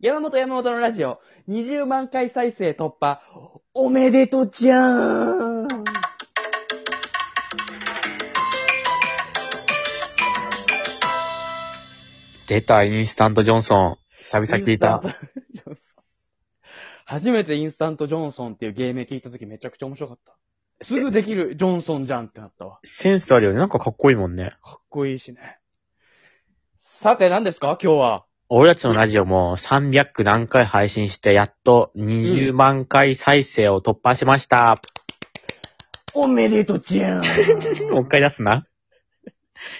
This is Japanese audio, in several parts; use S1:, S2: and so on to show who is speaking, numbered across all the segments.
S1: 山本山本のラジオ、20万回再生突破、おめでとちゃーん
S2: 出た、インスタントジョンソン。久々聞いた
S1: イ。ンスタントジョンソン初めてインスタントジョンソンっていう芸名聞いた時めちゃくちゃ面白かった。すぐできるジョンソンじゃんってなったわ。
S2: センスあるよね。なんかかっこいいもんね。
S1: かっこいいしね。さて何ですか今日は。
S2: 俺たちのラジオも300何回配信して、やっと20万回再生を突破しました。
S1: おめでとちゃーん
S2: もう一回出すな。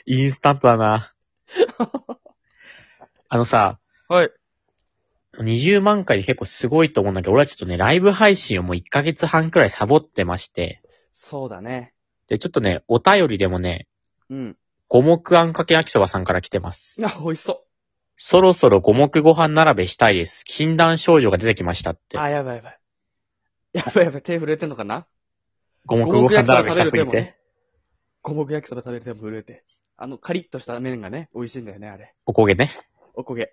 S2: インスタントだな。あのさ、
S1: はい。
S2: 20万回で結構すごいと思うんだけど、俺はちょっとね、ライブ配信をもう1ヶ月半くらいサボってまして、
S1: そうだね。
S2: で、ちょっとね、お便りでもね、
S1: うん。
S2: 五目あんかけ焼きそばさんから来てます。
S1: いや、美味しそ
S2: そろそろ五目ご飯並べしたいです。禁断症状が出てきましたっ
S1: う。
S2: て。
S1: あ、やばいやばい。やばいやばい、手震えてんのかな
S2: 五目ご飯並べしたすぎて。
S1: 五目焼きそば食べる手も震えて。あの、カリッとした麺がね、美味しいんだよね、あれ。
S2: おこげね。
S1: おこげ。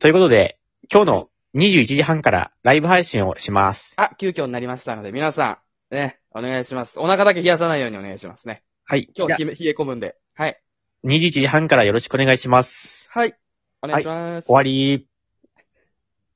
S2: ということで、今日の21時半からライブ配信をします。
S1: あ、急遽になりましたので、皆さん、ね、お願いします。お腹だけ冷やさないようにお願いしますね。
S2: はい。
S1: 今
S2: じゃ
S1: 日冷え冷え込むんで。はい。
S2: あ21時半からよろしくお願いします。
S1: はい。お願いします。
S2: 終わり